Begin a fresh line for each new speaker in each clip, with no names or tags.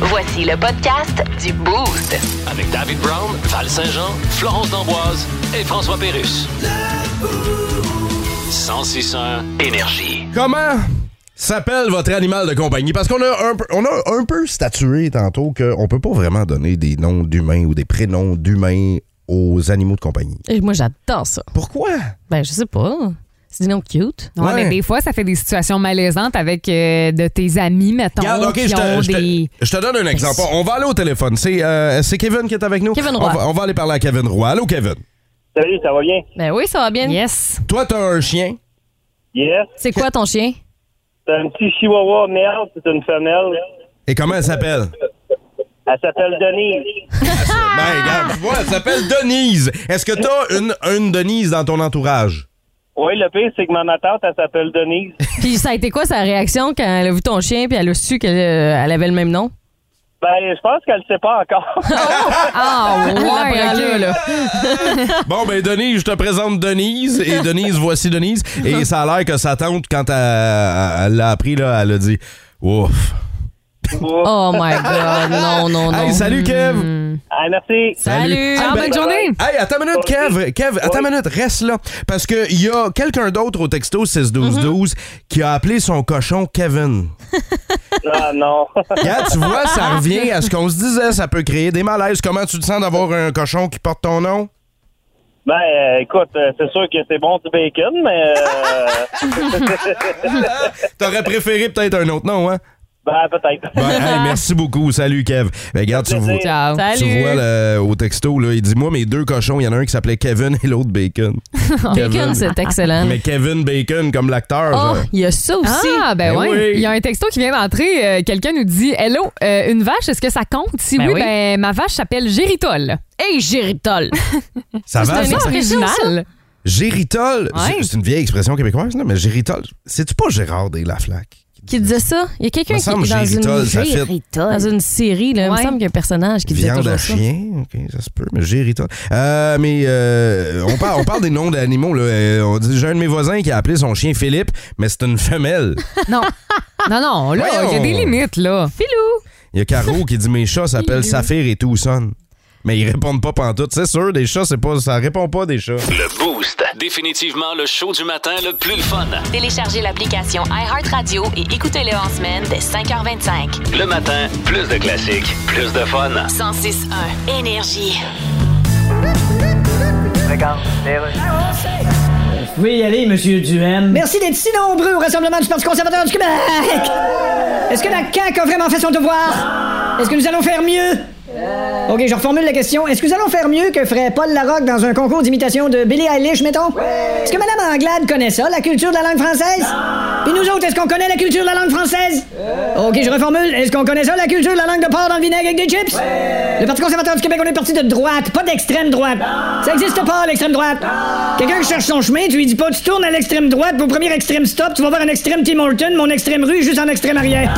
Voici le podcast du Boost.
Avec David Brown, Val Saint-Jean, Florence D'Amboise et François Pérus. 1061 énergie.
Comment s'appelle votre animal de compagnie? Parce qu'on a, un peu- on a un peu statué tantôt qu'on peut pas vraiment donner des noms d'humains ou des prénoms d'humains aux animaux de compagnie.
Et moi, j'adore ça.
Pourquoi?
Ben, je sais pas. C'est des noms cute.
Oh. Ouais,
Ouais.
mais des fois, ça fait des situations malaisantes avec euh, de tes amis, mettons,
Regarde, ok,
qui
je
ont
te, je te-
des...
je te donne un exemple. On va aller au téléphone. C'est euh, c'est Kevin qui est avec nous.
Kevin
on,
Roy.
va, on va aller parler à Kevin Roy. Allô, Kevin.
Salut, ça va bien?
Ben oui, ça va bien.
Yes.
Toi, t'as un chien.
Yes.
C'est quoi ton chien?
C'est un petit chihuahua merde, c'est une femelle.
Et comment elle s'appelle?
Elle s'appelle Denise.
Ben, regarde, tu vois, elle s'appelle Denise. Est-ce que t'as une, une Denise dans ton entourage?
Oui, le pire, c'est que ma tante, elle s'appelle Denise.
Puis ça a été quoi sa réaction quand elle a vu ton chien puis elle a su qu'elle euh, elle avait le même nom?
Ben, je pense qu'elle ne sait pas encore.
Ah, ouais,
Elle l'apprend
ok.
là, là.
Bon, ben, Denise, je te présente Denise. Et Denise, voici Denise. Et ça a l'air que sa tante, quand elle- elle l'a appris, là, elle a dit Ouf.
Oh my God, non, non, non.
Hey, salut, Kev.
ah, merci.
Salut.
Hmm. Ah, bonne journée.
ben, Hey, attends une minute, Kev. Kev, attends une minute, reste là. Parce qu'il y a quelqu'un d'autre au texto 6-12-12
Mhm.
qui a appelé son cochon Kevin.
Ah, non.
Regarde, tu vois, ça revient à ce qu'on se disait. Ça peut créer des malaises. Comment tu te sens d'avoir un cochon qui porte ton nom?
Ben, euh, écoute, euh, c'est sûr que c'est bon du bacon, mais. euh,
T'aurais préféré peut-être un autre nom, hein?
ben, peut-être.
Ben, hey, merci beaucoup. Salut, Kev. Ben, regarde, tu vois.
Ciao.
Salut.
Tu vois le- au texto, là, il dit Moi, mes deux cochons, il y en a un qui s'appelait Kevin et l'autre Bacon.
Oh, Bacon, c'est excellent.
Mais Kevin Bacon comme l'acteur.
Oh,
genre.
il y a ça aussi.
Ah, ben
Ben
ouais.
oui.
Il y a un texto qui vient d'entrer. euh, Quelqu'un nous dit Hello, euh, une vache, est-ce que ça compte Si
Ben
oui,
oui.
ben ma vache s'appelle Géritol.
Hey, géritol.
Ça va,
un
ça?
expression,
original.
Géritol,
Ouais.
c'est- c'est une vieille expression québécoise, là, mais Géritol, c'est-tu pas Gérard des Laflaque?
Qui disait ça? Il y a quelqu'un
Me
qui
semble
dans
géritol,
une
ça fit.
dans une série, là, il me
Ouais.
semble qu'il y a un personnage qui disait
Viande à
toujours ça.
chien, ok, ça se peut, mais Géritol. Euh, mais euh, on, parle, on parle des noms d'animaux, là. Euh, on dit, j'ai un de mes voisins qui a appelé son chien Philippe, mais c'est une femelle.
Non. non, non, là, il y a
Voyons.
des limites, là.
Il y a Caro qui dit, mes chats s'appellent Saphir et Toussaint. Mais ils répondent pas pantoute. C'est sûr, des chats, c'est pas, ça répond pas des chats.
Le Boost. Définitivement le show du matin le plus le fun.
Téléchargez l'application iHeartRadio et écoutez-le en semaine dès 5h25.
Le matin, plus de classiques, plus de fun.
106.1 Énergie.
Vous pouvez y aller, Monsieur Duhem.
Merci d'être si nombreux au Rassemblement du Parti conservateur du Québec! Est-ce que la CAQ a vraiment fait son devoir? Est-ce que nous allons faire mieux? OK, je reformule la question. Est-ce que nous allons faire mieux que ferait Paul Larocque dans un concours d'imitation de Billie Eilish, mettons? Est-ce que Mme Anglade connaît ça, la culture de la langue française? Et nous autres, est-ce qu'on connaît la culture de la langue française? OK, je reformule. Est-ce qu'on connaît ça, la culture de la langue de porc dans le vinaigre avec des chips? Le Parti conservateur du Québec, on est parti de droite, pas d'extrême droite. Ça existe pas, l'extrême droite. Quelqu'un qui cherche son chemin, tu lui dis pas, tu tournes à l'extrême droite, pour premier extrême stop, tu vas voir un extrême Tim Horton, mon extrême rue, juste en extrême arrière.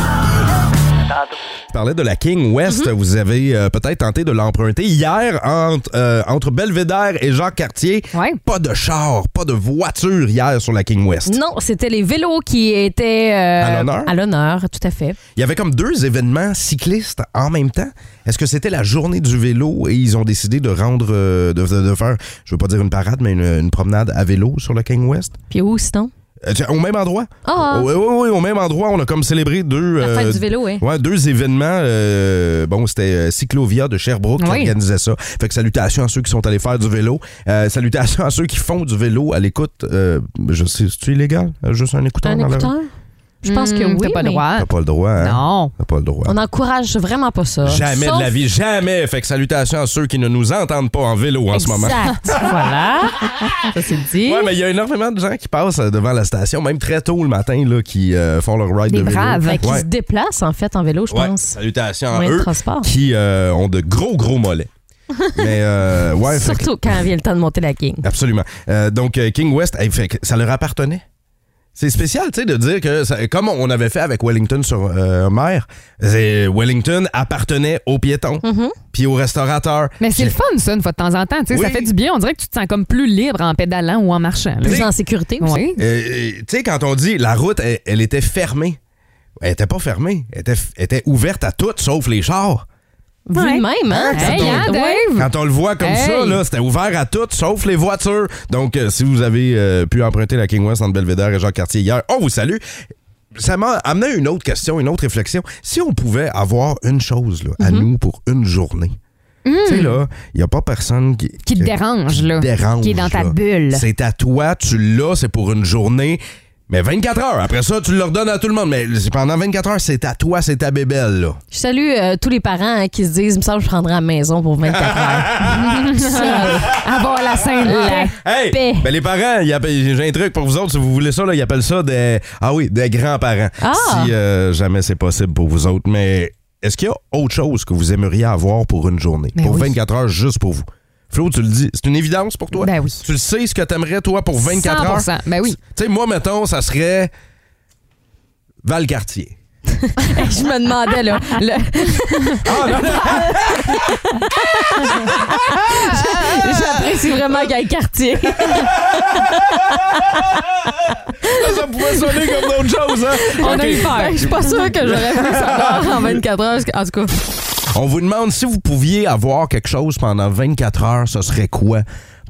Je parlais de la King West. Vous avez euh, peut-être tenté de l'emprunter hier entre, euh, entre Belvédère et Jacques-Cartier.
Ouais.
Pas de char, pas de voiture hier sur la King West.
Non, c'était les vélos qui étaient euh,
À l'honneur.
À l'honneur, tout à fait.
Il y avait comme deux événements cyclistes en même temps. Est-ce que c'était la journée du vélo et ils ont décidé de rendre, euh, de, de- de faire, je veux pas dire une parade, mais une, une promenade à vélo sur la King West?
Puis où sinon?
Euh, tiens, Au même endroit?
Ah!
Oui, oui, oui, au même endroit. On a comme célébré deux...
La fête
euh,
du vélo, hein?
Ouais, deux événements. euh, bon, c'était euh, Cyclovia de Sherbrooke qui
Oui.
organisait ça. Fait que salutations à ceux qui sont allés faire du vélo. Euh, salutations à ceux qui font du vélo à l'écoute. euh, je sais, c'est illégal? Euh, Juste un écouteur?
Un
dans la-
écouteur? Je pense que
Hmm,
oui.
T'as pas le
mais
droit.
T'as pas le droit, hein?
Non.
T'as pas le droit.
On n'encourage vraiment pas ça.
Jamais
Ah. Sauf-
de la vie, jamais. Fait que salutations à ceux qui ne nous entendent pas en vélo en ce moment.
Exact. voilà.
Ça, c'est dit.
Ouais, mais il y a énormément de gens qui passent euh, devant la station, même très tôt le matin, là, qui euh, font leur ride
Des
de vélo.
braves.
Fait qu'ils
Ouais.
se déplacent, en fait, en vélo, je
Ouais,
pense.
Salutations à
Moyen de
eux
transport.
qui euh, ont de gros, gros mollets. mais euh, ouais, fait que-
Surtout quand vient le temps de monter la king.
absolument. Euh, donc, euh, King West, hey, fait que ça leur appartenait. C'est spécial, tu sais, de dire que, ça- comme on avait fait avec Wellington sur euh, mer, c'est- Wellington appartenait aux piétons,
Mm-hmm.
puis aux restaurateurs.
Mais c'est le fun, ça, une fois de temps en temps. Tu sais,
Oui.
Ça fait du bien. On dirait que tu te sens comme plus libre en pédalant ou en marchant. là.
Plus en sécurité aussi.
Ouais.
Euh, euh, tu sais, quand on dit la route, elle, elle était fermée, elle était pas fermée, elle était, elle était ouverte à toutes sauf les chars.
Vous
Ouais.
de même, hein?
Hey,
Ouais.
hein,
Ouais.
Dave?
Quand on le voit comme
Hey!
ça, là, c'était ouvert à toutes sauf les voitures. Donc, euh, si vous avez euh, pu emprunter la King West entre Belvédère et Jacques-Cartier hier, on vous salue. Ça m'a amené une autre question, une autre réflexion. Si on pouvait avoir une chose là, à
Mhm.
nous pour une journée, tu sais, là, il n'y a pas personne qui,
Qui te dérange, là.
dérange,
Qui est dans ta
là.
bulle.
C'est à toi, tu l'as, c'est pour une journée. Mais 24 heures, après ça, tu le redonnes à tout le monde. Mais pendant 24 heures, c'est à toi, c'est ta bébelle, là.
Je salue euh, tous les parents hein, qui se disent, il me semble que je prendrai à la maison pour 24 heures. Ça,
Ah, Avoir la scène
la
Hey!
paix.
Ben les parents, ils appellent- j'ai un truc pour vous autres, si vous voulez ça, là, ils appellent ça des. Ah oui, des grands-parents.
Ah!
Si euh, jamais c'est possible pour vous autres. Mais est-ce qu'il y a autre chose que vous aimeriez avoir pour une journée?
Mais
pour
Ben oui.
24 heures juste pour vous? Flo, tu le dis, c'est une évidence pour toi?
Ben oui.
Tu le sais ce que t'aimerais, toi, pour 24 heures?
100%. Ben oui.
Tu sais, moi, mettons, ça serait. Valcartier.
Je me demandais, là. le-
Ah, non,
J'apprécie vraiment qu'il y ait quartier.
ça pouvait sonner comme d'autres choses, hein?
On a eu peur.
Fait que Je suis pas sûre que j'aurais pu savoir en 24 heures. En tout cas,
On vous demande si vous pouviez avoir quelque chose pendant 24 heures, ce serait quoi?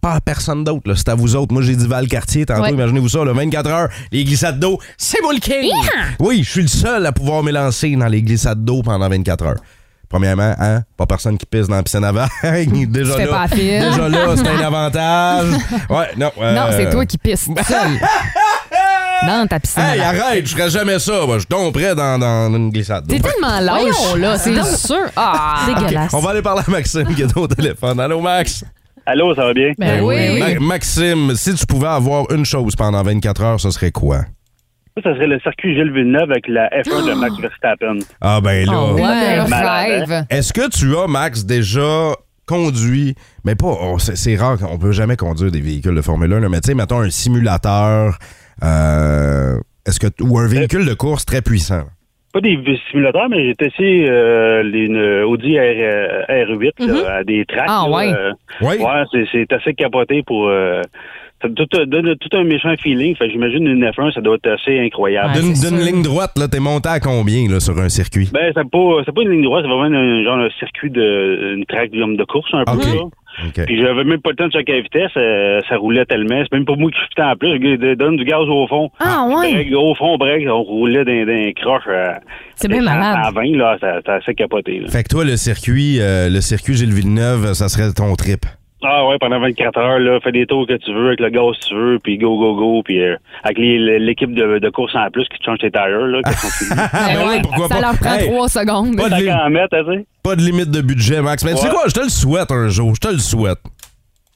Pas à personne d'autre, là, c'est à vous autres. Moi, j'ai dit Valcartier tantôt,
Ouais.
imaginez-vous ça, là, 24 heures, les glissades d'eau, c'est moi le king! Oui, je suis le seul à pouvoir m'élancer dans les glissades d'eau pendant 24 heures. Premièrement, hein, pas personne qui pisse dans la piscine avant. déjà,
fais
là,
pas la file.
déjà là, c'est un avantage. Ouais, non.
Non,
euh,
c'est toi qui pisses seul. dans ta piscine.
Hey,
à la-
arrête, je ferais jamais ça. moi, je tomberais dans, dans une glissade d'eau.
T'es tellement lâche.
Voyons, là, c'est
donc sûr. Ah!
dégueulasse.
On va aller parler à Maxime qui est au téléphone. Allô, Max?
Allô, ça va bien?
Ben oui.
Ma- Maxime, si tu pouvais avoir une chose pendant 24 heures, ce serait quoi?
Ça serait le circuit Gilles Villeneuve avec la F1 de Max Verstappen.
Ah ben là.
Oh,
Ouais,
Ouais.
Malade, hein?
rêve.
Est-ce que tu as, Max, déjà conduit, mais pas, oh, c'est, c'est rare, qu'on peut jamais conduire des véhicules de Formule 1, là, mais tu sais, mettons un simulateur, euh, est-ce que, ou un véhicule de course très puissant.
Pas des simulateurs, mais j'ai testé euh, les- une Audi R, euh, R8 là, à des tracks.
Ah,
là,
ouais.
euh,
Oui?
ouais, c'est- c'est assez capoté pour... euh, ça me tout- donne tout un méchant feeling. Fait que j'imagine une F1, ça doit être assez incroyable.
d'une
Ah, c'est
d'une
sûr.
ligne droite, là, t'es monté à combien là, sur un circuit?
Ben, c'est pas, c'est pas une ligne droite, c'est vraiment un genre un circuit de une track comme de course un peu.
Ok.
là.
OK.
Puis j'avais même pas le temps de checker la vitesse, euh, ça roulait tellement. C'est même pas moi qui chutais en plus, je donne du gaz au fond.
Ah, ouais.
Break, au fond, break, on roulait d'un d'un croche euh,
C'est bien
à- À
malade.
20, là, ça, ça s'est capoté. là.
Fait que toi, le circuit, euh, le circuit Gilles Villeneuve, ça serait ton trip.
Ah ouais, pendant 24 heures, là, fais des tours que tu veux, avec le gaz que tu veux, puis go, go, go, puis euh, avec les- l'équipe de, de course en plus qui te change tes tires, là, qui sont finis.
Ben
Ben
ouais,
oui, pourquoi
ça
pas.
leur prend
Hey,
trois secondes.
pas de lim-
en mètres, tu sais.
pas de limite de budget, Max. Mais tu sais
Ouais.
quoi, je te le souhaite un jour, je te le souhaite.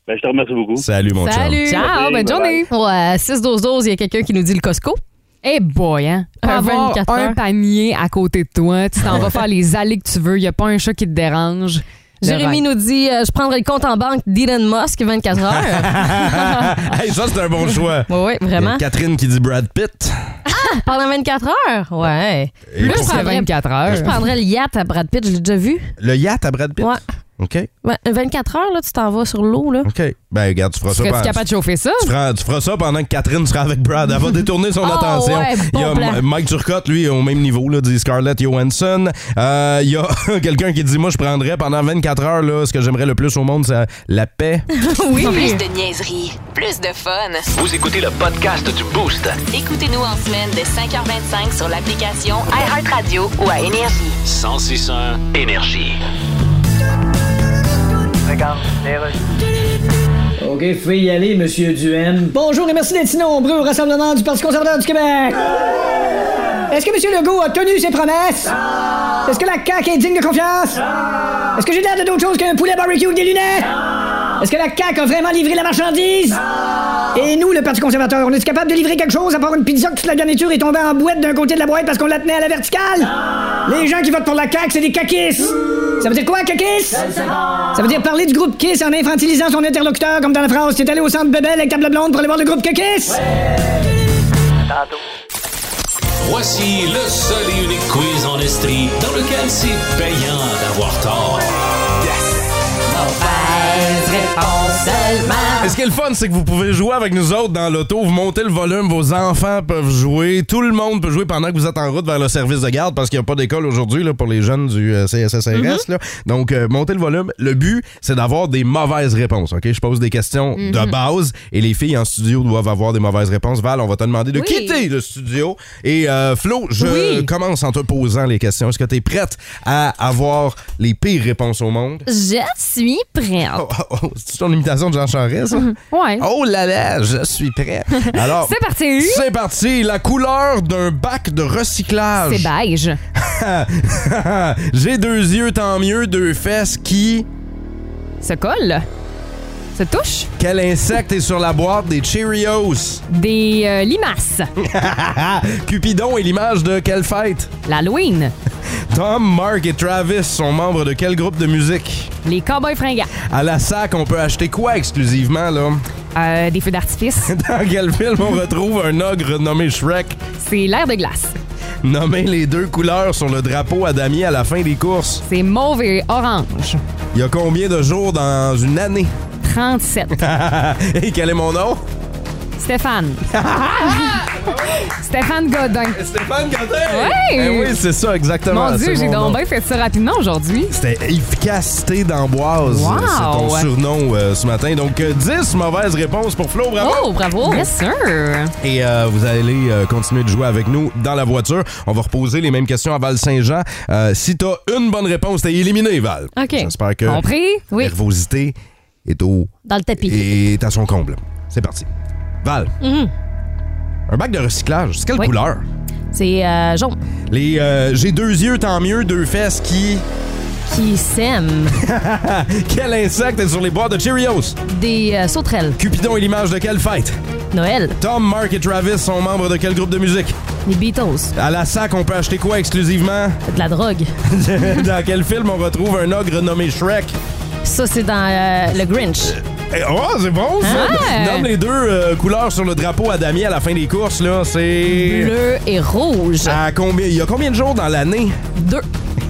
Ben, je te remercie beaucoup.
Salut, mon chum.
Salut.
Ciao, bonne
Bye-bye.
journée.
Ouais, 6-12-12, il y a quelqu'un qui nous dit le Costco.
Eh boy, hein?
Un
Pas avoir
24
un
heures.
panier à côté de toi, tu t'en vas faire les allées que tu veux, il n'y a pas un chat qui te dérange. Le
Jérémy
rêve.
nous dit euh, Je prendrai le compte en banque d'Elon Musk 24 heures.
hey, ça, c'est un bon choix.
oui, ouais,
Il y
vraiment.
a Catherine qui dit Brad Pitt.
Ah, Pendant 24 heures? Ouais.
Et
Plus
pour-
ça-
C'est
prendrais-
24
Je
heures.
prendrais le yacht à Brad Pitt, je l'ai déjà vu.
Le yacht à Brad Pitt?
Ouais.
OK.
Ouais, 24 heures, là, tu t'en vas sur l'eau, là.
OK. Ben, regarde, tu feras ça
Serais-tu
pendant-
capable de chauffer ça?
Tu feras, tu feras ça pendant que Catherine sera avec Brad. Elle va détourner son
Oh,
attention.
ouais,
il
bon
y a
plan.
M- Mike Turcotte, lui, au même niveau, là, dit Scarlett Johansson. Euh, il y a quelqu'un qui dit Moi, je prendrais pendant 24 heures, là, ce que j'aimerais le plus au monde, c'est la paix.
Plus de niaiserie, plus de fun.
Vous écoutez le podcast du Boost.
Écoutez-nous en semaine de 5h25 sur l'application iHeartRadio ou à Énergie.
1061 Énergie.
OK, vous pouvez y aller, Monsieur Duhem.
Bonjour et merci d'être si nombreux au Rassemblement du Parti conservateur du Québec. Est-ce que M. Legault a tenu ses promesses? Est-ce que la CAQ est digne de confiance? Est-ce que j'ai l'air de d'autre chose qu'un poulet barbecue avec des lunettes? Est-ce que la CAQ a vraiment livré la marchandise? Et nous, le Parti conservateur, on est capable de livrer quelque chose à part une pizza que toute la garniture est tombée en boîte d'un côté de la boîte parce qu'on la tenait à la verticale? Les gens qui votent pour la CAQ, c'est des caquistes! Ça veut dire quoi, caquistes? Ça veut dire parler du groupe Kiss en infantilisant son interlocuteur, comme dans la France. T'es allé au centre Bebel avec ta blonde blonde pour aller voir le groupe Kiss?
Voici le seul et unique quiz en estrie dans lequel c'est payant d'avoir tort.
Et ce qui est le fun, c'est que vous pouvez jouer avec nous autres dans l'auto. Vous montez le volume, vos enfants peuvent jouer. Tout le monde peut jouer pendant que vous êtes en route vers le service de garde parce qu'il n'y a pas d'école aujourd'hui là, pour les jeunes du euh, CSSRS.
Mhm.
là. Donc, euh, montez le volume. Le but, c'est d'avoir des mauvaises réponses. OK? Je pose des questions
Mhm.
de base et les filles en studio doivent avoir des mauvaises réponses. Val, on va te demander de
Oui.
quitter le studio. Et euh, Flo, je
Oui.
commence en te posant les questions. Est-ce que tu es prête à avoir les pires réponses au monde?
Je suis prête.
Oh, oh, oh, c'est ton imitation de Jean Charest,
Mhm.
ça?
Ouais.
Oh là là, je suis prêt. Alors,
C'est parti.
c'est parti. La couleur d'un bac de recyclage.
C'est beige.
J'ai deux yeux, tant mieux, deux fesses qui.
Se colle. Se touche.
Quel insecte est sur la boîte des Cheerios? Ah,
Des euh, limaces.
Cupidon est l'image de quelle fête?
L'Halloween.
Tom, Mark et Travis sont membres de quel groupe de musique?
Les cowboys fringants.
À la sac, on peut acheter quoi exclusivement, là?
Euh, des feux d'artifice.
Dans quel film on retrouve un ogre nommé Shrek?
C'est l'air de glace.
Nommer les deux couleurs sur le drapeau à damier à la fin des courses.
C'est mauve et orange.
Il y a combien de jours dans une année?
37.
Et quel est mon nom? Ah
Stéphane. Stéphane Godin.
Stéphane Godin!
Ouais!
Eh oui, c'est ça, exactement.
Mon Dieu,
c'est
j'ai
nom.
donc bien fait ça rapidement aujourd'hui.
C'était Efficacité d'Amboise.
Wow!
C'est ton surnom euh, ce matin. Donc, euh, 10 mauvaises réponses pour Flo, bravo!
Oh, bravo! Bien sûr!
Et euh, vous allez euh, continuer de jouer avec nous dans la voiture. On va reposer les mêmes questions à Val-Saint-Jean. Euh, si t'as une bonne réponse, t'es éliminé, Val.
OK.
J'espère que
Compris?
la
Oui,
nervosité est au
dans le tapis.
est à son comble. C'est parti. Val. Un bac de recyclage, c'est quelle
Mm-hmm. Oui.
couleur?
C'est euh, jaune
Les euh, J'ai deux yeux, tant mieux, deux fesses qui.
qui sème
Quel insecte est sur les boîtes de Cheerios?
des euh, sauterelles.
Cupidon est l'image de quelle fête?
Noël,
Tom, Mark et Travis sont membres de quel groupe de musique?
les Beatles,
À la sac, on peut acheter quoi exclusivement?
de la drogue.
dans quel film on retrouve un ogre nommé Shrek?
Ça, c'est dans euh, le Grinch.
Eh, oh, c'est bon ça!
Ah!
Nomme les deux euh, couleurs sur le drapeau à damier à la fin des courses, là. C'est.
Bleu et rouge.
À combien? Il y a combien de jours dans l'année?
Deux.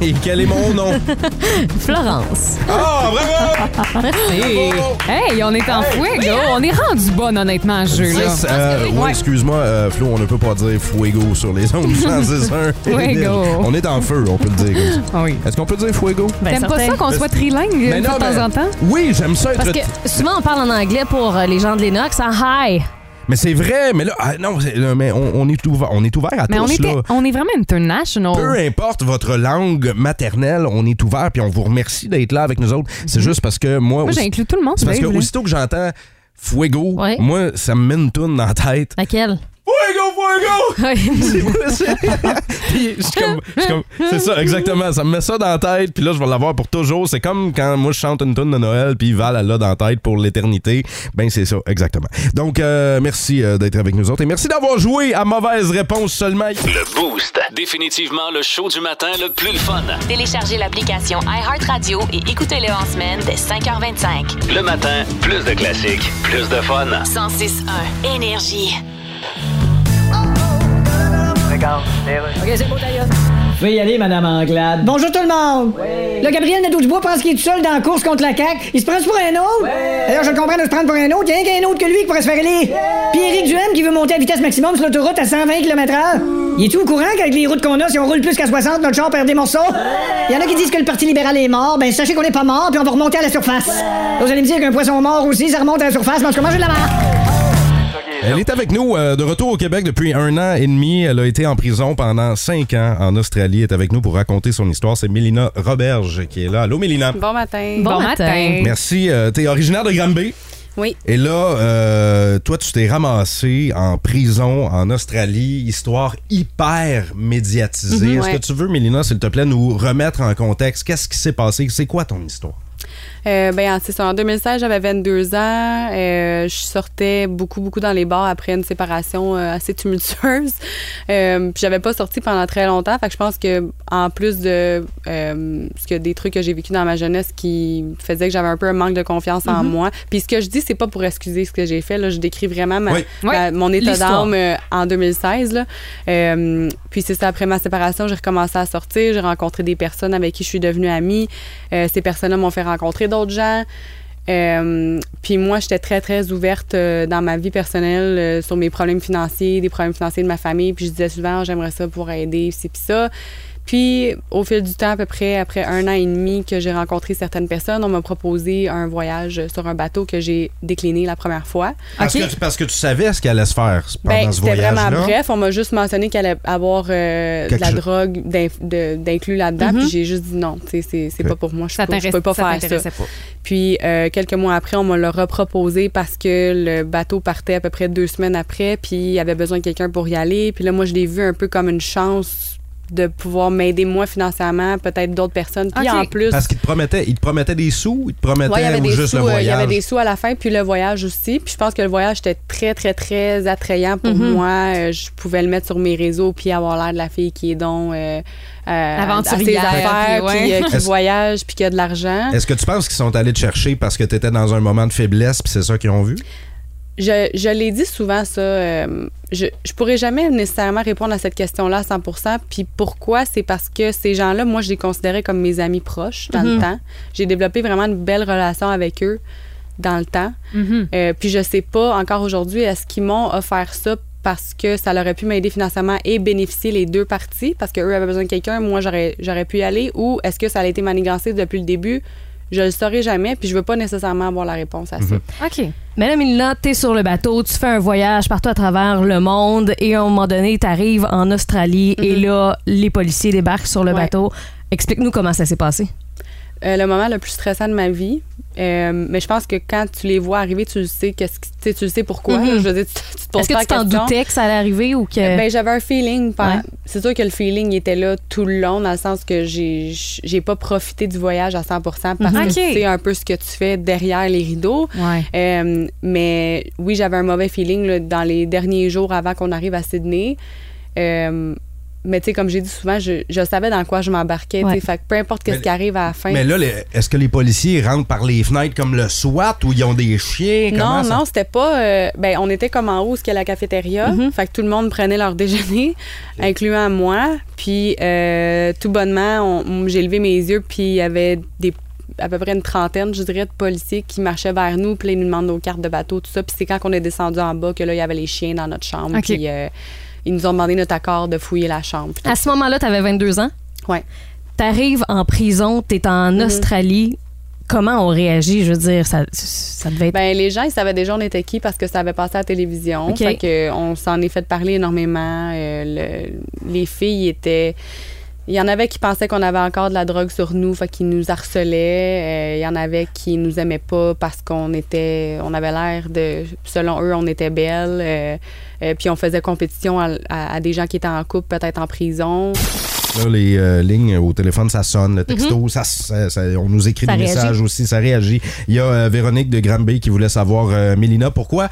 Et quel est mon nom?
Florence.
Ah, bravo! Bravo!
Hey, on est en fouet, gars! On est rendu bon, honnêtement, à ce jeu, là.
Dix, euh, oui, excuse-moi, euh, Flo, on ne peut pas dire fuego sur les ondes du 106.1.
Fuego.
On est en feu, on peut le dire comme ça.
Ah oui.
Est-ce qu'on peut dire fuego?
Ben,
T'aimes pas
certain.
ça qu'on soit trilingue
Mais
une
non,
fois de
mais-
temps en temps?
Oui, j'aime ça être...
Parce que souvent, on parle en anglais pour euh, les gens de l'Enox. En hi.
Mais c'est vrai, mais là, ah, non, c'est- là, mais on, on est ouvert, on est ouvert à
Mais on,
tous,
était,
là.
on est vraiment international.
Peu importe votre langue maternelle, on est ouvert puis on vous remercie d'être là avec nous autres. C'est juste parce que moi,
Mhm. Moi,
aussi-
j'inclus tout le monde. ben
c'est parce que
Dave, là.
aussitôt que j'entends fuego,
Ouais.
moi, ça me met une toune dans la tête.
Laquelle?
Fuego, fuego! C'est moi, c'est- Puis je suis comme- je suis comme- c'est ça, exactement. Ça me met ça dans la tête, puis là, je vais l'avoir pour toujours. C'est comme quand moi, je chante une tune de Noël, puis Val, elle l'a dans la tête pour l'éternité. Ben, c'est ça, exactement. Donc, euh, merci euh, d'être avec nous autres, et merci d'avoir joué à mauvaise réponse seulement.
Le Boost. Définitivement le show du matin le plus le fun.
Téléchargez l'application iHeartRadio et écoutez-le en semaine dès 5h25.
Le matin, plus de classiques, plus de fun.
106.1 Énergie.
Veuillez y aller, Madame Anglade.
Bonjour tout le monde! Là, Gabriel Nadeau-Dubois pense qu'il est tout seul dans la course contre la CAQ. Il se prend pour un autre? D'ailleurs, je le comprends de se prendre pour un autre. Il y a rien qu'un autre que lui qui pourrait se faire élire. Puis Éric Duhem qui veut monter à vitesse maximum sur l'autoroute à 120 km/h. Il est-tu au courant qu'avec les routes qu'on a, si on roule plus qu'à 60, notre char perd des morceaux? Il y en a qui disent que le Parti libéral est mort. Ben, sachez qu'on n'est pas mort, puis on va remonter à la surface. Là, vous allez me dire qu'un poisson mort aussi, ça remonte à la surface. Mais en tout cas, moi, j'ai de la marre.
Elle est avec nous euh, de retour au Québec depuis un an et demi. Elle a été en prison pendant cinq ans en Australie. Elle est avec nous pour raconter son histoire. C'est Mélina Roberge qui est là. Allô, Mélina.
Bon matin.
Bon matin.
Merci. euh, T'es originaire de Granby.
Oui.
Et là, euh, toi, tu t'es ramassé en prison en Australie, histoire hyper médiatisée.
Mhm,
Est-ce
ouais.
que tu veux, Mélina, s'il te plaît, nous remettre en contexte? Qu'est-ce qui s'est passé? C'est quoi ton histoire?
Euh, ben, c'est ça. En 2016, j'avais 22 ans. Euh, je sortais beaucoup, beaucoup dans les bars après une séparation euh, assez tumultueuse. Euh, puis j'avais pas sorti pendant très longtemps. Fait que je pense que en plus de euh, ce que des trucs que j'ai vécu dans ma jeunesse qui faisaient que j'avais un peu un manque de confiance en
Mhm.
moi. Puis ce que je dis, c'est pas pour excuser ce que j'ai fait. Là, je décris vraiment ma-
Oui.
ma-
Oui,
mon état
l'histoire.
d'âme euh, en 2016. là. Euh, puis c'est ça, après ma séparation, j'ai recommencé à sortir, j'ai rencontré des personnes avec qui je suis devenue amie. Euh, ces personnes-là m'ont fait rencontrer d'autres gens. Euh, puis moi, j'étais très, très ouverte euh, dans ma vie personnelle euh, sur mes problèmes financiers, des problèmes financiers de ma famille. Puis je disais souvent, Ah, j'aimerais ça pour aider, c'est puis ça. Puis, au fil du temps, à peu près après un an et demi que j'ai rencontré certaines personnes, on m'a proposé un voyage sur un bateau que j'ai décliné la première fois.
Parce,
OK.
Ah, que, tu- parce que tu savais ce qu'elle allait se faire pendant
Ben,
ce
c'était vraiment
voyage-là.
bref. On m'a juste mentionné qu'elle allait avoir euh, de
Quelque
la
chose.
drogue d'inf- de- d'inclus là-dedans.
Mhm.
Puis j'ai juste dit non, tu sais, c'est c'est
Ok.
pas pour moi. Je
Ça
peux, je peux pas
t'intéresse- ça
faire ça.
t'intéressait pas.
Puis euh, quelques mois après, on me l'a reproposé parce que le bateau partait à peu près deux semaines après, puis il avait besoin de quelqu'un pour y aller. Puis là, moi, je l'ai vu un peu comme une chance de pouvoir m'aider moi financièrement, peut-être d'autres personnes. Puis
Ok.
en plus,
Parce qu'il te promettait, il te promettait des sous, il te promettait
Ouais, il y avait
ou
des
juste
sous,
le
euh,
voyage.
il y avait des sous à la fin, puis le voyage aussi. Puis je pense que le voyage était très, très, très attrayant pour
Mm-hmm.
Mhm.
moi. Euh, Je pouvais le mettre sur mes réseaux, puis avoir l'air de la fille qui est donc euh, euh,
Aventurière,
à ses affaires,
puis ouais.
puis, euh, qui
Est-ce-
voyage, puis qui a de l'argent.
Est-ce que tu penses qu'ils sont allés te chercher parce que tu étais dans un moment de faiblesse puis c'est ça qu'ils ont vu?
Je, je l'ai dit souvent, ça. euh, je, je pourrais jamais nécessairement répondre à cette question-là à 100 Puis pourquoi? C'est parce que ces gens-là, moi, je les considérais comme mes amis proches dans
Mm-hmm.
le temps. J'ai développé vraiment une belle relation avec eux dans le temps.
Mhm.
Euh, puis je sais pas encore aujourd'hui, est-ce qu'ils m'ont offert ça parce que ça leur aurait pu m'aider financièrement et bénéficier les deux parties, parce qu'eux avaient besoin de quelqu'un, moi j'aurais, j'aurais pu y aller, ou est-ce que ça a été manigancé depuis le début? Je le saurais jamais, puis je veux pas nécessairement avoir la réponse à ça.
OK.
Mais là, Mélina, t'es sur le bateau, tu fais un voyage partout à travers le monde et à un moment donné, t'arrives en Australie et là, les policiers débarquent sur le
Mm-hmm. Ouais.
bateau. Explique-nous comment ça s'est passé.
Euh, le moment le plus stressant de ma vie. Euh, mais je pense que quand tu les vois arriver, tu le sais, qu'est-ce qui- tu sais, tu le sais pourquoi.
Mhm.
Je veux dire, tu, tu te poses
Est-ce que
pas
tu
la
t'en
question.
doutais que ça allait arriver ou que.
Ben, j'avais un feeling. par-
Euh, Ouais.
C'est sûr que le feeling il était là tout le long, dans le sens que j'ai j'ai pas profité du voyage à 100 parce que
Mhm. Ok.
tu sais un peu ce que tu fais derrière les rideaux.
Ouais.
Euh, mais oui, j'avais un mauvais feeling là, dans les derniers jours avant qu'on arrive à Sydney. Euh, mais tu sais, comme j'ai dit souvent, je, je savais dans quoi je m'embarquais. tu sais.
Ouais.
Fait que peu importe qu'est-ce
Mais-
qui arrive à la fin.
Mais là, les- est-ce que les policiers rentrent par les fenêtres comme le SWAT ou ils ont des chiens? Comment
Non,
ça-
non, c'était pas. euh, ben, on était comme en haut, ce qu'est la cafétéria.
Mm-hmm.
Fait que tout le monde prenait leur déjeuner, incluant moi. Puis, euh, tout bonnement, on- j'ai levé mes yeux, puis il y avait des à peu près une trentaine, je dirais, de policiers qui marchaient vers nous, puis là, ils nous demandaient nos cartes de bateau, tout ça. Puis c'est quand on est descendu en bas que là, il y avait les chiens dans notre chambre.
OK.
Puis euh, ils nous ont demandé notre accord de fouiller la chambre. puis tout.
À ce moment-là, t'avais 22 ans.
Ouais.
T'arrives en prison, t'es en Australie. Comment on réagit? Je veux dire, ça, ça devait être.
Ben, les gens, ils savaient déjà on était qui parce que ça avait passé à la télévision.
OK.
Fait que on s'en est fait parler énormément. Euh, le- les filles étaient. Il y en avait qui pensaient qu'on avait encore de la drogue sur nous, fait qu'ils nous harcelaient. Euh, Il y en avait qui nous aimaient pas parce qu'on était, on avait l'air de, selon eux, on était belles. Euh, euh, puis on faisait compétition à, à- à des gens qui étaient en couple, peut-être en prison.
Là, les euh, lignes au téléphone, ça sonne. Le texto, ça, ça- ça- on nous écrit
Mhm. Ça
des
réagit.
messages aussi, ça réagit. Il y a euh, Véronique de Granby qui voulait savoir, euh, Mélina, pourquoi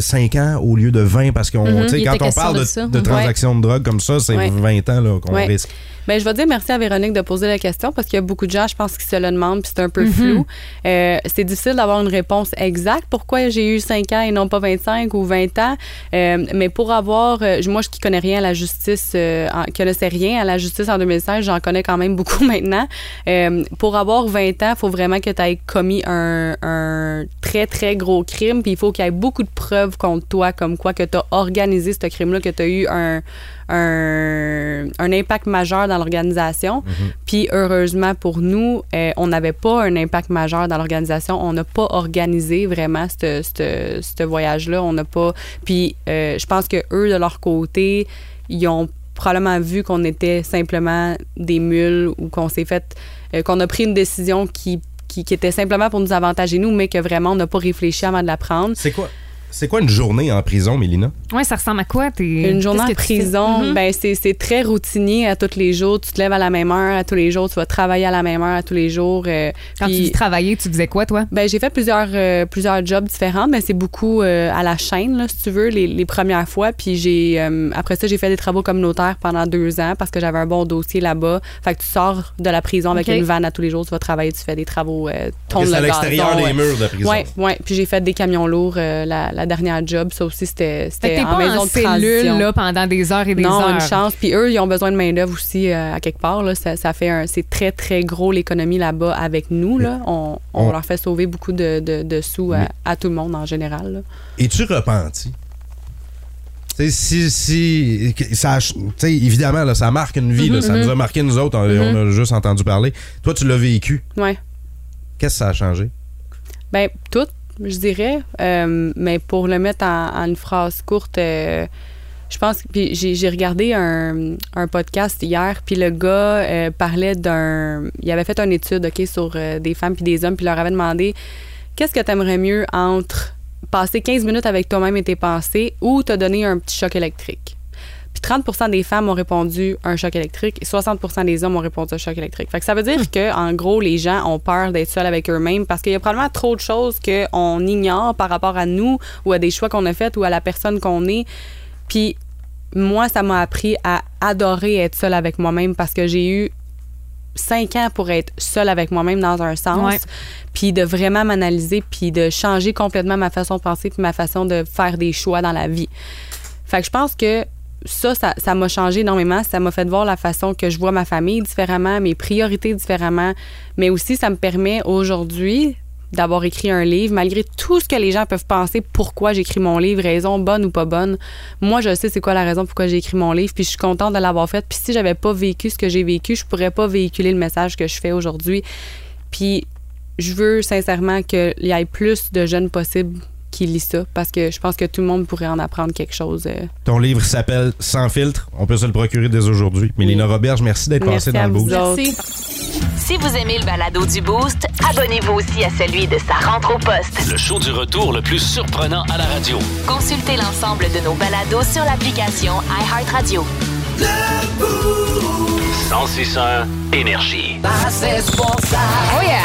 5 ans au lieu de 20? Parce qu'on, tu sais,
Mhm. il
quand
était
on
question
parle
de
de,
ça.
de
Ouais.
transactions de drogue comme ça, c'est
Ouais.
20 ans là, qu'on
Ouais.
risque.
Ben, je vais dire merci à Véronique de poser la question parce qu'il y a beaucoup de gens, je pense, qui se le demandent, puis c'est un peu flou. Euh, c'est difficile d'avoir une réponse exacte. Pourquoi j'ai eu 5 ans et non pas 25 ou 20 ans? Euh, mais pour avoir, euh, moi, je qui connais rien à la justice, euh, en- qui connaissais rien à la justice en 2016, j'en connais quand même beaucoup maintenant. Euh, pour avoir 20 ans, il faut vraiment que tu aies commis un, un très, très gros crime, puis il faut qu'il y ait beaucoup de preuves contre toi, comme quoi que tu as organisé ce crime-là, que tu as eu un, un, un impact majeur dans l'organisation. Puis heureusement pour nous, euh, on n'avait pas un impact majeur dans l'organisation. On n'a pas organisé vraiment ce- ce ce voyage-là. On n'a pas. Puis euh, je pense que eux, de leur côté, ils ont probablement vu qu'on était simplement des mules ou qu'on s'est fait euh, qu'on a pris une décision qui qui, qui était simplement pour nous avantager, nous, mais que vraiment, on n'a pas réfléchi avant de la prendre.
C'est quoi? C'est quoi une journée en prison, Mélina?
Ouais, ça ressemble à quoi? T'es...
Une journée
qu'est-ce
en
que tu fais?
prison,
Mhm.
ben c'est, c'est très routinier à tous les jours. Tu te lèves à la même heure à tous les jours, tu vas travailler à la même heure à tous les jours. euh,
Quand
puis-
tu dis travailler, tu faisais quoi, toi?
ben, j'ai fait plusieurs, euh, plusieurs jobs différents, mais c'est beaucoup euh, à la chaîne, là, si tu veux, les, les premières fois. Puis j'ai, euh, après ça, j'ai fait des travaux communautaires pendant deux ans parce que j'avais un bon dossier là-bas. Fait que tu sors de la prison avec
Ok.
une vanne à tous les jours, tu vas travailler, tu fais des travaux, euh, ton
Ok, c'est à
le
l'extérieur
gazon,
des
ouais.
murs de la prison.
Ouais, ouais. Puis j'ai fait des camions lourds euh, la, la dernière job. Ça aussi, c'était,
Fait que
c'était
t'es
en
pas
maison
en
de transition.
cellule là, pendant des heures et des
Non,
heures.
une chance. Puis eux, ils ont besoin de main-d'œuvre aussi euh, à quelque part. Là. Ça, ça fait un, c'est très, très gros l'économie là-bas avec nous. Là. On, on
On-
leur fait sauver beaucoup de, de- de sous à, à tout le monde en général. là.
Es-tu repenti? Tu sais, si, si, que- ça, a ch- tu sais, évidemment, là, ça marque une vie. là,
Mhm,
ça nous a marqué, nous autres. euh, On, on a juste entendu parler. Toi, tu l'as vécu.
Ouais.
Qu'est-ce que ça a changé?
Ben, tout, je dirais. Euh, mais pour le mettre en, en une phrase courte, euh, je pense. Puis j'ai j'ai regardé un, un podcast hier, puis le gars euh, parlait d'un. Il avait fait une étude, OK, sur euh, des femmes puis des hommes, puis il leur avait demandé qu'est-ce que t'aimerais mieux entre passer 15 minutes avec toi-même et tes pensées ou te donner un petit choc électrique? Puis 30 des femmes ont répondu un choc électrique et 60 des hommes ont répondu un choc électrique. Fait que ça veut dire que en gros les gens ont peur d'être seuls avec eux-mêmes parce qu'il y a probablement trop de choses qu'on ignore par rapport à nous ou à des choix qu'on a faits ou à la personne qu'on est. Puis moi ça m'a appris à adorer être seule avec moi-même parce que j'ai eu cinq ans pour être seule avec moi-même dans un sens,
Ouais.
puis de vraiment m'analyser, puis de changer complètement ma façon de penser, puis ma façon de faire des choix dans la vie. Fait que je pense que ça, ça ça m'a changé énormément. Ça m'a fait voir la façon que je vois ma famille différemment, mes priorités différemment. Mais aussi, ça me permet aujourd'hui d'avoir écrit un livre, malgré tout ce que les gens peuvent penser, pourquoi j'écris mon livre, raison bonne ou pas bonne. Moi, je sais c'est quoi la raison pourquoi j'ai écrit mon livre, puis je suis contente de l'avoir fait. Puis si j'avais pas vécu ce que j'ai vécu, je pourrais pas véhiculer le message que je fais aujourd'hui. Puis je veux sincèrement qu'il y ait plus de jeunes possibles qui lisent ça, parce que je pense que tout le monde pourrait en apprendre quelque chose. euh,
Ton livre s'appelle Sans filtre. On peut se le procurer dès aujourd'hui. Mélina Roberge, merci d'être
Merci
passée dans
à
le
vous
boost.
autres.
Si vous aimez le balado du Boost, abonnez-vous aussi à celui de sa rentre au poste.
Le show du retour le plus surprenant à la radio.
Consultez l'ensemble de nos balados sur l'application iHeartRadio.
1061 Énergie.
Oh yeah!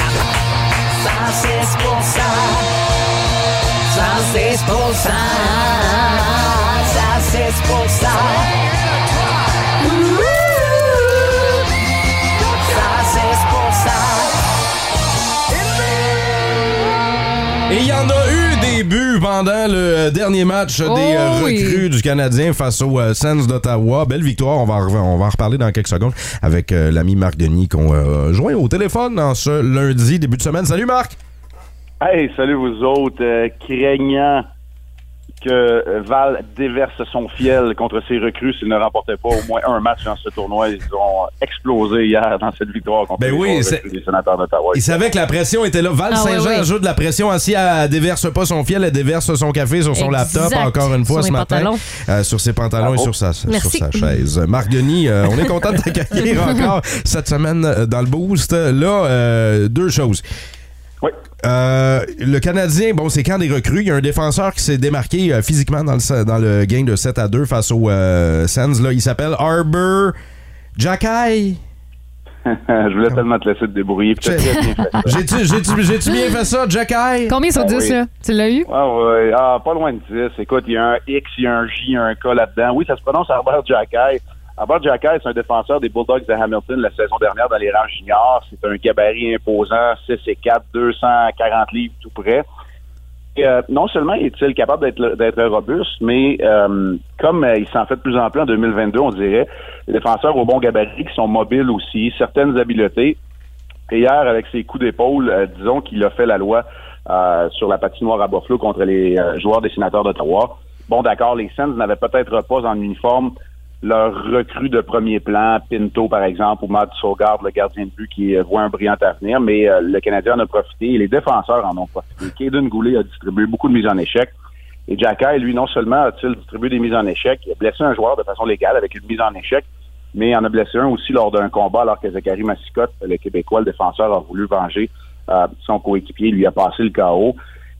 Et il y en a eu des buts pendant le euh, dernier match
Oh
des euh,
oui.
recrues du Canadien face aux euh, Sens d'Ottawa. Belle victoire. On va, en rev- on va en reparler dans quelques secondes avec euh, l'ami Marc Denis qu'on euh, joint au téléphone en ce lundi, début de semaine. Salut Marc!
Hey, salut vous autres, Euh, craignant que Val déverse son fiel contre ses recrues s'il ne remportait pas au moins un match dans ce tournoi. Ils ont explosé hier dans cette victoire contre
Ben
les
oui,
Oilers
c'est-
et les sénateurs d'Ottawa.
Il savait que la pression était là. Val
Ah,
Saint-Jean
ouais, ouais.
ajoute de la pression. Ainsi, elle déverse pas son fiel, elle déverse son café sur son
Exact.
laptop, encore une fois
Sur
ce
mes
matin.
pantalons.
Euh, sur ses pantalons et
Bravo.
sur sa, sur
Merci.
sa chaise. Marc Denis, euh, on est content de t'accueillir encore cette semaine euh, dans le boost. Là, euh, deux choses.
Oui.
Euh, le Canadien, bon, c'est quand des recrues. Il y a un défenseur qui s'est démarqué euh, physiquement dans le, sa- dans le gain de 7 à 2 face aux euh, Sens. Là. Il s'appelle Arbor Jackay.
Je voulais tellement te laisser te débrouiller. puis t'as
Check.
très bien fait ça.
J'ai-tu j'ai-tu- j'ai-tu bien fait ça, Jackay?
Combien sur
Ah
10,
oui.
là? Tu l'as eu?
Ah, ouais. Ah, pas loin de 10. Écoute, il y a un X, il y a un J, il y a un K là-dedans. Oui, ça se prononce Herbert Jackay. Herbert Jackay, c'est un défenseur des Bulldogs de Hamilton la saison dernière dans les rangs juniors. C'est un gabarit imposant, 6 et 4, 240 livres tout près. Et, euh, non seulement est-il capable d'être- d'être robuste, mais euh, comme euh, il s'en fait de plus en plus en 2022, on dirait, les défenseurs au bon gabarit qui sont mobiles aussi, certaines habiletés. Et hier, avec ses coups d'épaule, euh, disons qu'il a fait la loi euh, sur la patinoire à Buffalo contre les euh, joueurs des sénateurs d'Ottawa. Bon, d'accord, les Sens n'avaient peut-être pas en uniforme leur recrue de premier plan, Pinto par exemple, ou Matt Sogard, le gardien de but qui euh, voit un brillant avenir, mais euh, le Canadien en a profité et les défenseurs en ont profité. Kaden Goulet a distribué beaucoup de mises en échec. Et Jacky, lui, non seulement a-t-il distribué des mises en échec, il a blessé un joueur de façon légale avec une mise en échec, mais il en a blessé un aussi lors d'un combat alors que Zachary Massicotte, le Québécois, le défenseur, a voulu venger euh, son coéquipier lui a passé le KO.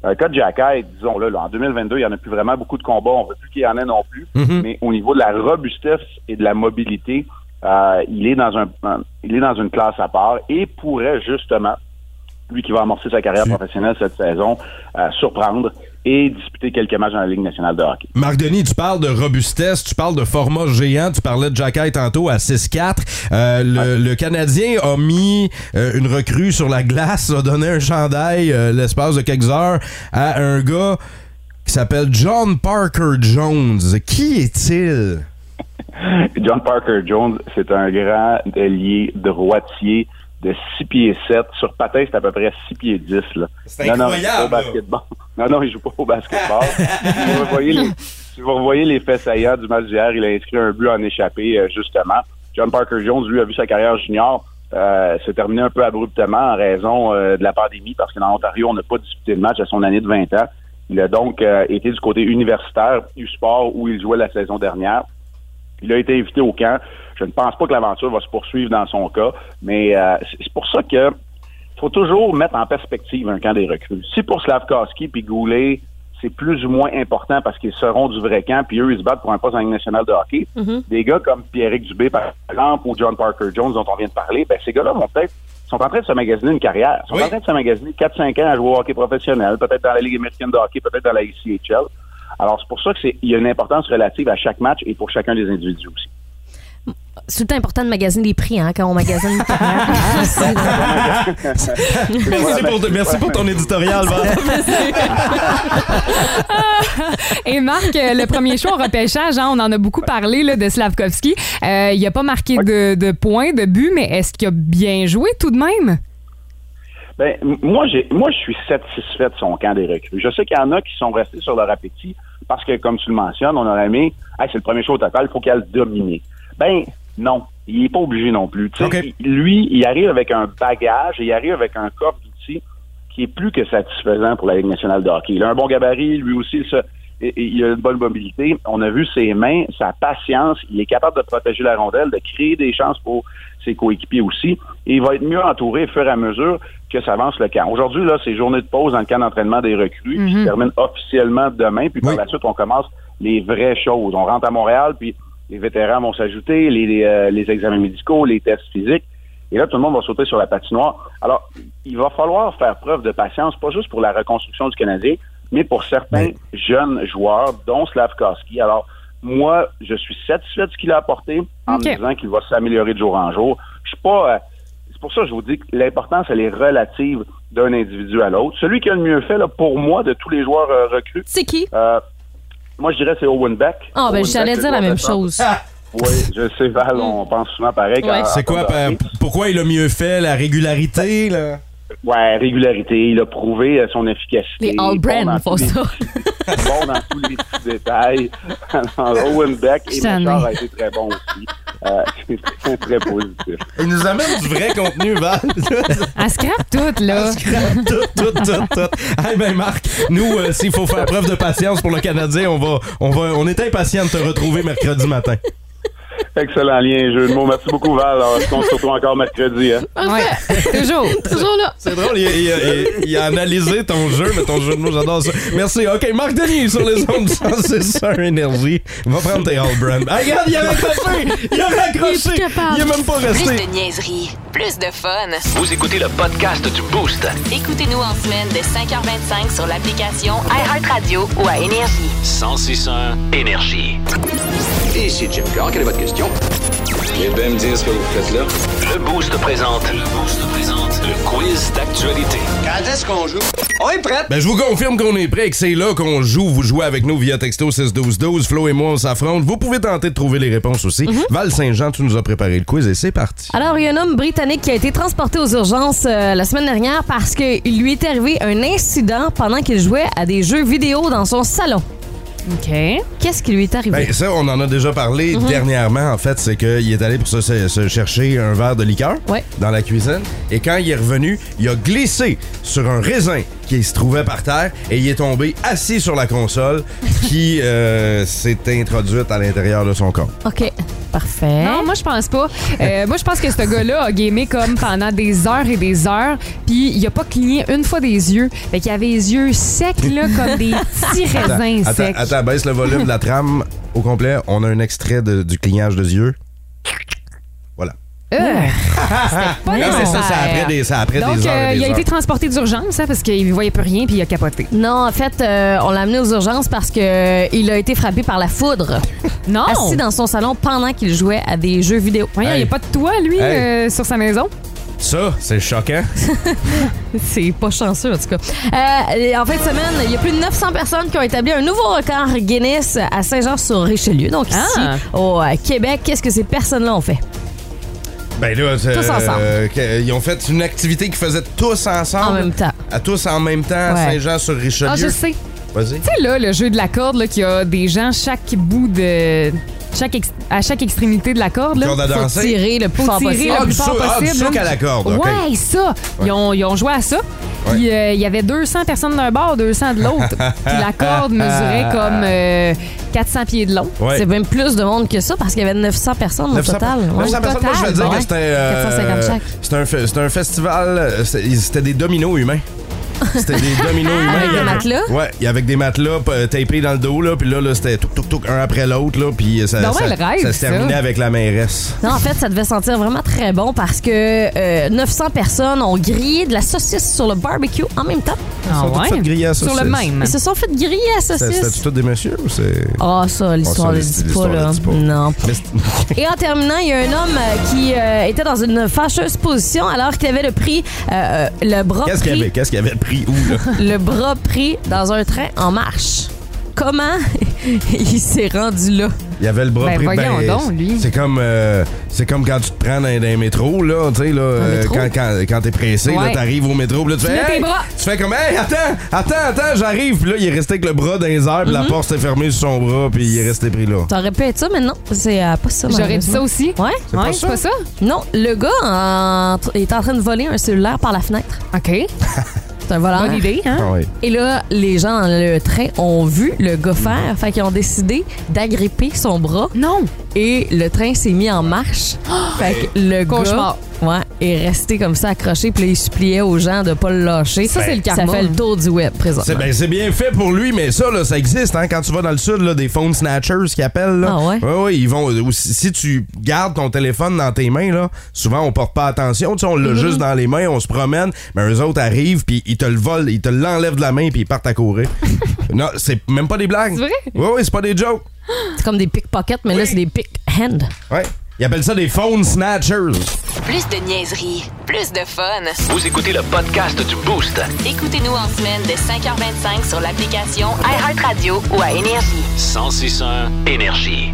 Euh, Code Jackay, disons-le, là, en 2022, il n'y en a plus vraiment beaucoup de combats. On ne veut plus qu'il y en ait non plus.
Mhm.
Mais au niveau de la robustesse et de la mobilité, euh, il, est dans un, un- il est dans une classe à part et pourrait justement, lui qui va amorcer sa carrière professionnelle cette saison, euh, surprendre et disputer quelques matchs dans la Ligue nationale de hockey.
Marc Denis, tu parles de robustesse, tu parles de format géant, tu parlais de Jacky tantôt à 6-4. Euh, le, le Canadien a mis euh, une recrue sur la glace, a donné un chandail euh, l'espace de quelques heures à un gars qui s'appelle John Parker Jones. Qui est-il?
John Parker Jones, c'est un grand ailier droitier de 6 pieds 7. Sur patin, c'est à peu près 6 pieds 10. Là.
C'est
non, non, il joue pas au
incroyable, là.
basketball. Non, non, il joue pas au basketball. si, vous revoyez les, si vous revoyez les faits saillants du match d'hier, il a inscrit un but en échappé, euh, justement. John Parker Jones, lui, a vu sa carrière junior euh, se terminer un peu abruptement en raison euh, de la pandémie, parce que dans l'Ontario, on n'a pas disputé de match à son année de 20 ans. Il a donc euh, été du côté universitaire du sport où il jouait la saison dernière. Il a été invité au camp. Je ne pense pas que l'aventure va se poursuivre dans son cas, mais euh, c'est c'est pour ça que faut toujours mettre en perspective un camp des recrues. Si pour Slavkowski puis Goulet, c'est plus ou moins important parce qu'ils seront du vrai camp, puis eux, ils se battent pour un poste en Ligue nationale de hockey.
Mhm.
Des gars comme Pierrick Dubé, par exemple, ou John Parker Jones, dont on vient de parler, ben, ces gars-là vont peut-être sont en train de se magasiner une carrière. Ils sont en train de se magasiner 4-5 ans à jouer au hockey professionnel, peut-être dans la Ligue américaine de hockey, peut-être dans la ICHL. Alors, c'est pour ça qu'il y a une importance relative à chaque match et pour chacun des individus aussi.
C'est tout le temps important de magasiner les prix hein, quand on magasine une carrière.
Merci pour, merci pour ton éditorial, Val.
Et Marc, euh, le premier choix au repêchage, hein, on en a beaucoup parlé là, de Slavkovski. Euh, il n'a pas marqué de, de points, de but, mais est-ce qu'il a bien joué tout de même?
Ben, m- moi, j'ai, moi, je suis satisfait de son camp des recrues. Je sais qu'il y en a qui sont restés sur leur appétit parce que, comme tu le mentionnes, on aurait aimé, Hey, c'est le premier show au total, il faut qu'elle domine. Ben, non, il n'est pas obligé non plus. Tu sais, Lui, il arrive avec un bagage, il arrive avec un corps d'outils qui est plus que satisfaisant pour la Ligue nationale de hockey. Il a un bon gabarit, lui aussi, il, se- et- et il a une bonne mobilité. On a vu ses mains, sa patience. Il est capable de protéger la rondelle, de créer des chances pour ses coéquipiers aussi. Et il va être mieux entouré au fur et à mesure que s'avance le camp. Aujourd'hui, là, c'est journée de pause dans le camp d'entraînement des recrues. qui
Mhm.
se termine officiellement demain. Puis par la suite, on commence les vraies choses. On rentre à Montréal, puis les vétérans vont s'ajouter, les, les, euh, les examens médicaux, les tests physiques. Et là, tout le monde va sauter sur la patinoire. Alors, il va falloir faire preuve de patience, pas juste pour la reconstruction du Canadien, mais pour certains jeunes joueurs, dont Slavkowski. Alors, moi, je suis satisfait de ce qu'il a apporté en
Ok.
me disant qu'il va s'améliorer de jour en jour. Je suis pas. euh, c'est pour ça que je vous dis que l'importance, elle est relative d'un individu à l'autre. Celui qui a le mieux fait, là, pour moi, de tous les joueurs euh, recrues. euh,
C'est qui?
moi, je dirais c'est Owen Beck.
Ah, ben,
Owen
j'allais
Beck, le
dire la
joueur
même
de centre.
chose. Mm.
Oui, je sais, Val, on pense souvent pareil. quand-
C'est quoi?
quand-
pa- Euh, Pourquoi il a mieux fait? La régularité? Là?
Ouais, régularité, il a prouvé euh, son efficacité.
Les all
Bon dans
brand font
tous les-
ça.
bon dans tous les petits détails. Alors, Owen Beck et
Stanley.
Machard a été très bon aussi. Euh, C'était très positif.
Il nous amène du vrai contenu, Val.
Elle scrape tout, là.
tout, tout, tout, tout. Hey, ben Marc, nous, euh, s'il faut faire preuve de patience pour le Canadien, on va, on va, on est impatient de te retrouver mercredi matin.
Excellent lien, jeu de mots. Merci beaucoup, Val. Alors, est-ce qu'on se retrouve encore mercredi? Hein?
Toujours. Toujours là.
C'est drôle, il, il- il- il a analysé ton jeu, mais ton jeu de mots, j'adore ça. Merci. OK, Marc Denis sur les ondes c'est ça, énergie. Va prendre tes all brand. Ah, regarde, il a raccroché! Il a raccroché! Il est même pas resté.
Plus de niaiserie, plus de fun.
Vous écoutez le podcast du Boost.
Écoutez-nous en semaine de 5h25 sur l'application iHeartRadio ou à Énergie.
1061 Énergie. Ici Jim Carr, quelle est votre question? Vous bien me dire ce que vous faites là? Le Boost présente. Le Boost présente. Le quiz d'actualité. Quand est-ce qu'on joue? On est prêt!
Ben, je vous confirme qu'on est prêt et que c'est là qu'on joue. Vous jouez avec nous via texto 61212. Flo et moi, on s'affronte. Vous pouvez tenter de trouver les réponses aussi.
Mm-hmm.
Val Saint-Jean, tu nous as préparé le quiz et c'est parti.
Alors, il y a un homme britannique qui a été transporté aux urgences euh, la semaine dernière parce qu'il lui est arrivé un incident pendant qu'il jouait à des jeux vidéo dans son salon.
OK.
Qu'est-ce qui lui est arrivé?
Ben, ça, on en a déjà parlé
Mhm.
dernièrement, en fait. C'est qu'il est allé pour se, se- se chercher un verre de liqueur dans la cuisine. Et quand il est revenu, il a glissé sur un raisin qui se trouvait par terre et il est tombé assis sur la console qui euh, s'est introduite à l'intérieur de son corps.
OK. Parfait.
Non, moi, je pense pas. Euh, moi, je pense que ce gars-là a gamé comme pendant des heures et des heures, puis il a pas cligné une fois des yeux. Fait qu'il avait les yeux secs, là, comme des petits raisins
attends,
secs.
attends, baisse le volume de la trame au complet. On a un extrait de- du clignage de yeux. Voilà.
Euh, c'était pas
Non, mais ça, Ah, c'est après des- c'est après
Ah, Donc,
des heures et
euh,
des
il a été
heures.
transporté d'urgence, hein, parce qu'il voyait plus rien, puis il a capoté.
Non, en fait, euh, on l'a amené aux urgences parce que euh, il a été frappé par la foudre.
Non.
Assis dans son salon pendant qu'il jouait à des jeux vidéo.
Voyons, il n'y a pas de toit, lui,
Hey.
euh, sur sa maison.
Ça, c'est choquant.
C'est pas chanceux, en tout cas. Euh, en fin de semaine, il y a plus de 900 personnes qui ont établi un nouveau record Guinness à Saint-Jean-sur-Richelieu.
Ah!
Donc, ici, au euh, Québec, qu'est-ce que ces personnes-là ont fait?
Ben là, c'est,
Tous ensemble.
que- ils ont fait une activité qu'ils faisaient tous ensemble.
En même temps.
À tous en même temps, à
Ouais.
Saint-Jean-sur-Richelieu.
Ah, je sais.
Vas-y.
Tu sais, là, le jeu de la corde, là, qu'il y a des gens chaque bout de. Chaque ex- à chaque extrémité de la corde, là,
Corde à Faut danser. tirer le plus
Faut
fort
tirer
possible.
le
Ah,
plus
du
fort
saut- ah, du
possible,
saut
là.
à la corde, ok.
Ouais, ça. Ils, ont, ils ont joué à ça.
Ouais.
Puis euh, il y avait 200 personnes d'un bord, 200 de l'autre. Puis la corde mesurait comme euh, 400 pieds de long.
Ouais.
C'est même plus de monde que ça parce qu'il y avait 900 personnes
900
au Oh, total. Ouais.
900
Au
personnes, moi, je veux
total,
dire
bon,
que
ouais.
c'était. euh,
450 chaque.
c'était un, fe- c'était un festival. euh, c'est- ils- C'était des dominos humains. C'était des dominos humains.
Avec
Il y
des
avait-
Ah, matelas?
Ouais, il y avait des matelas euh, tapés dans le dos, là. Puis là, là c'était tout, tout, tout, un après l'autre, là. Puis ça,
Donc,
ça,
Ben ouais, le rêve,
ça se
ça.
terminait avec la mairesse.
Non, en fait, ça devait sentir vraiment très bon parce que euh, 900 personnes ont grillé de la saucisse sur le barbecue en même temps.
Ils sont Ah toutes ouais? faites griller à la Sur le saucisse. même.
Ils se sont fait griller à la
C'était- C'était
saucisse.
tout des messieurs ou c'est.
Ah, ça, l'histoire
Ah,
le
l'histoire
dit pas, là.
le dit pas.
Non.
Mais c'est-
Et en terminant, il y a un homme euh, qui euh, était dans une fâcheuse position alors qu'il avait le prix, euh, euh, le bras
Qu'est-ce qu'il y
pris-
avait? Qu'est-ce qu'il y avait pris où, là?
le bras pris dans un train en marche. Comment il s'est rendu là?
Il y avait le bras
Ben,
pris.
voyons donc, lui.
C'est comme, euh, c'est comme quand tu te prends dans, dans les métros, là, tu sais, là, euh, quand, quand, quand t'es pressé, là,
Ouais.
t'arrives au métro, puis là, tu
Tu
fais,
mets tes
hey!
bras.
tu fais comme, hey, attends, attends, attends, j'arrive, puis là, il est resté avec le bras dans les airs, puis
Mm-hmm.
la porte s'est fermée sur son bras, puis il est resté pris là.
T'aurais pu être ça, mais non, c'est euh, pas ça.
J'aurais dit
malheureusement.
ça aussi.
Ouais?
C'est pas Ouais, ça? c'est pas ça?
Non, le gars en- est en train de voler un cellulaire par la fenêtre.
OK.
C'est un voleur.
Bonne idée, hein? Ah oui.
Et là, les gens dans le train ont vu le
Mm.
gars faire, fait qu'ils ont décidé d'agripper son bras.
Non!
Et le train s'est mis en marche. fait que le
Cauchemar.
gars ouais, est resté comme ça accroché, puis là, il suppliait aux gens de pas le lâcher.
Ça, c'est le
Ça
karma.
fait le tour du web présent.
C'est ben, c'est bien fait pour lui, mais ça, là, ça existe. Hein? Quand tu vas dans le sud, là, des phone snatchers qui appellent. Là. Ah ouais? Oui, ils vont. ou si, si tu gardes ton téléphone dans tes mains, là, souvent on porte pas attention. Tu sais, on l'a juste dans les mains, on se promène, mais eux autres arrivent, puis ils te le volent, ils te l'enlèvent de la main, puis ils partent à courir. non, c'est même pas des blagues.
C'est vrai?
Oui, oui, c'est pas des jokes.
C'est comme des pickpockets, mais là, c'est des pick-hand.
Ouais. Ils appellent ça des phone snatchers.
Plus de niaiserie, plus de fun.
Vous écoutez le podcast du Boost.
Écoutez-nous en semaine de 5h25 sur l'application iHeartRadio ou à Énergie.
1061 Énergie.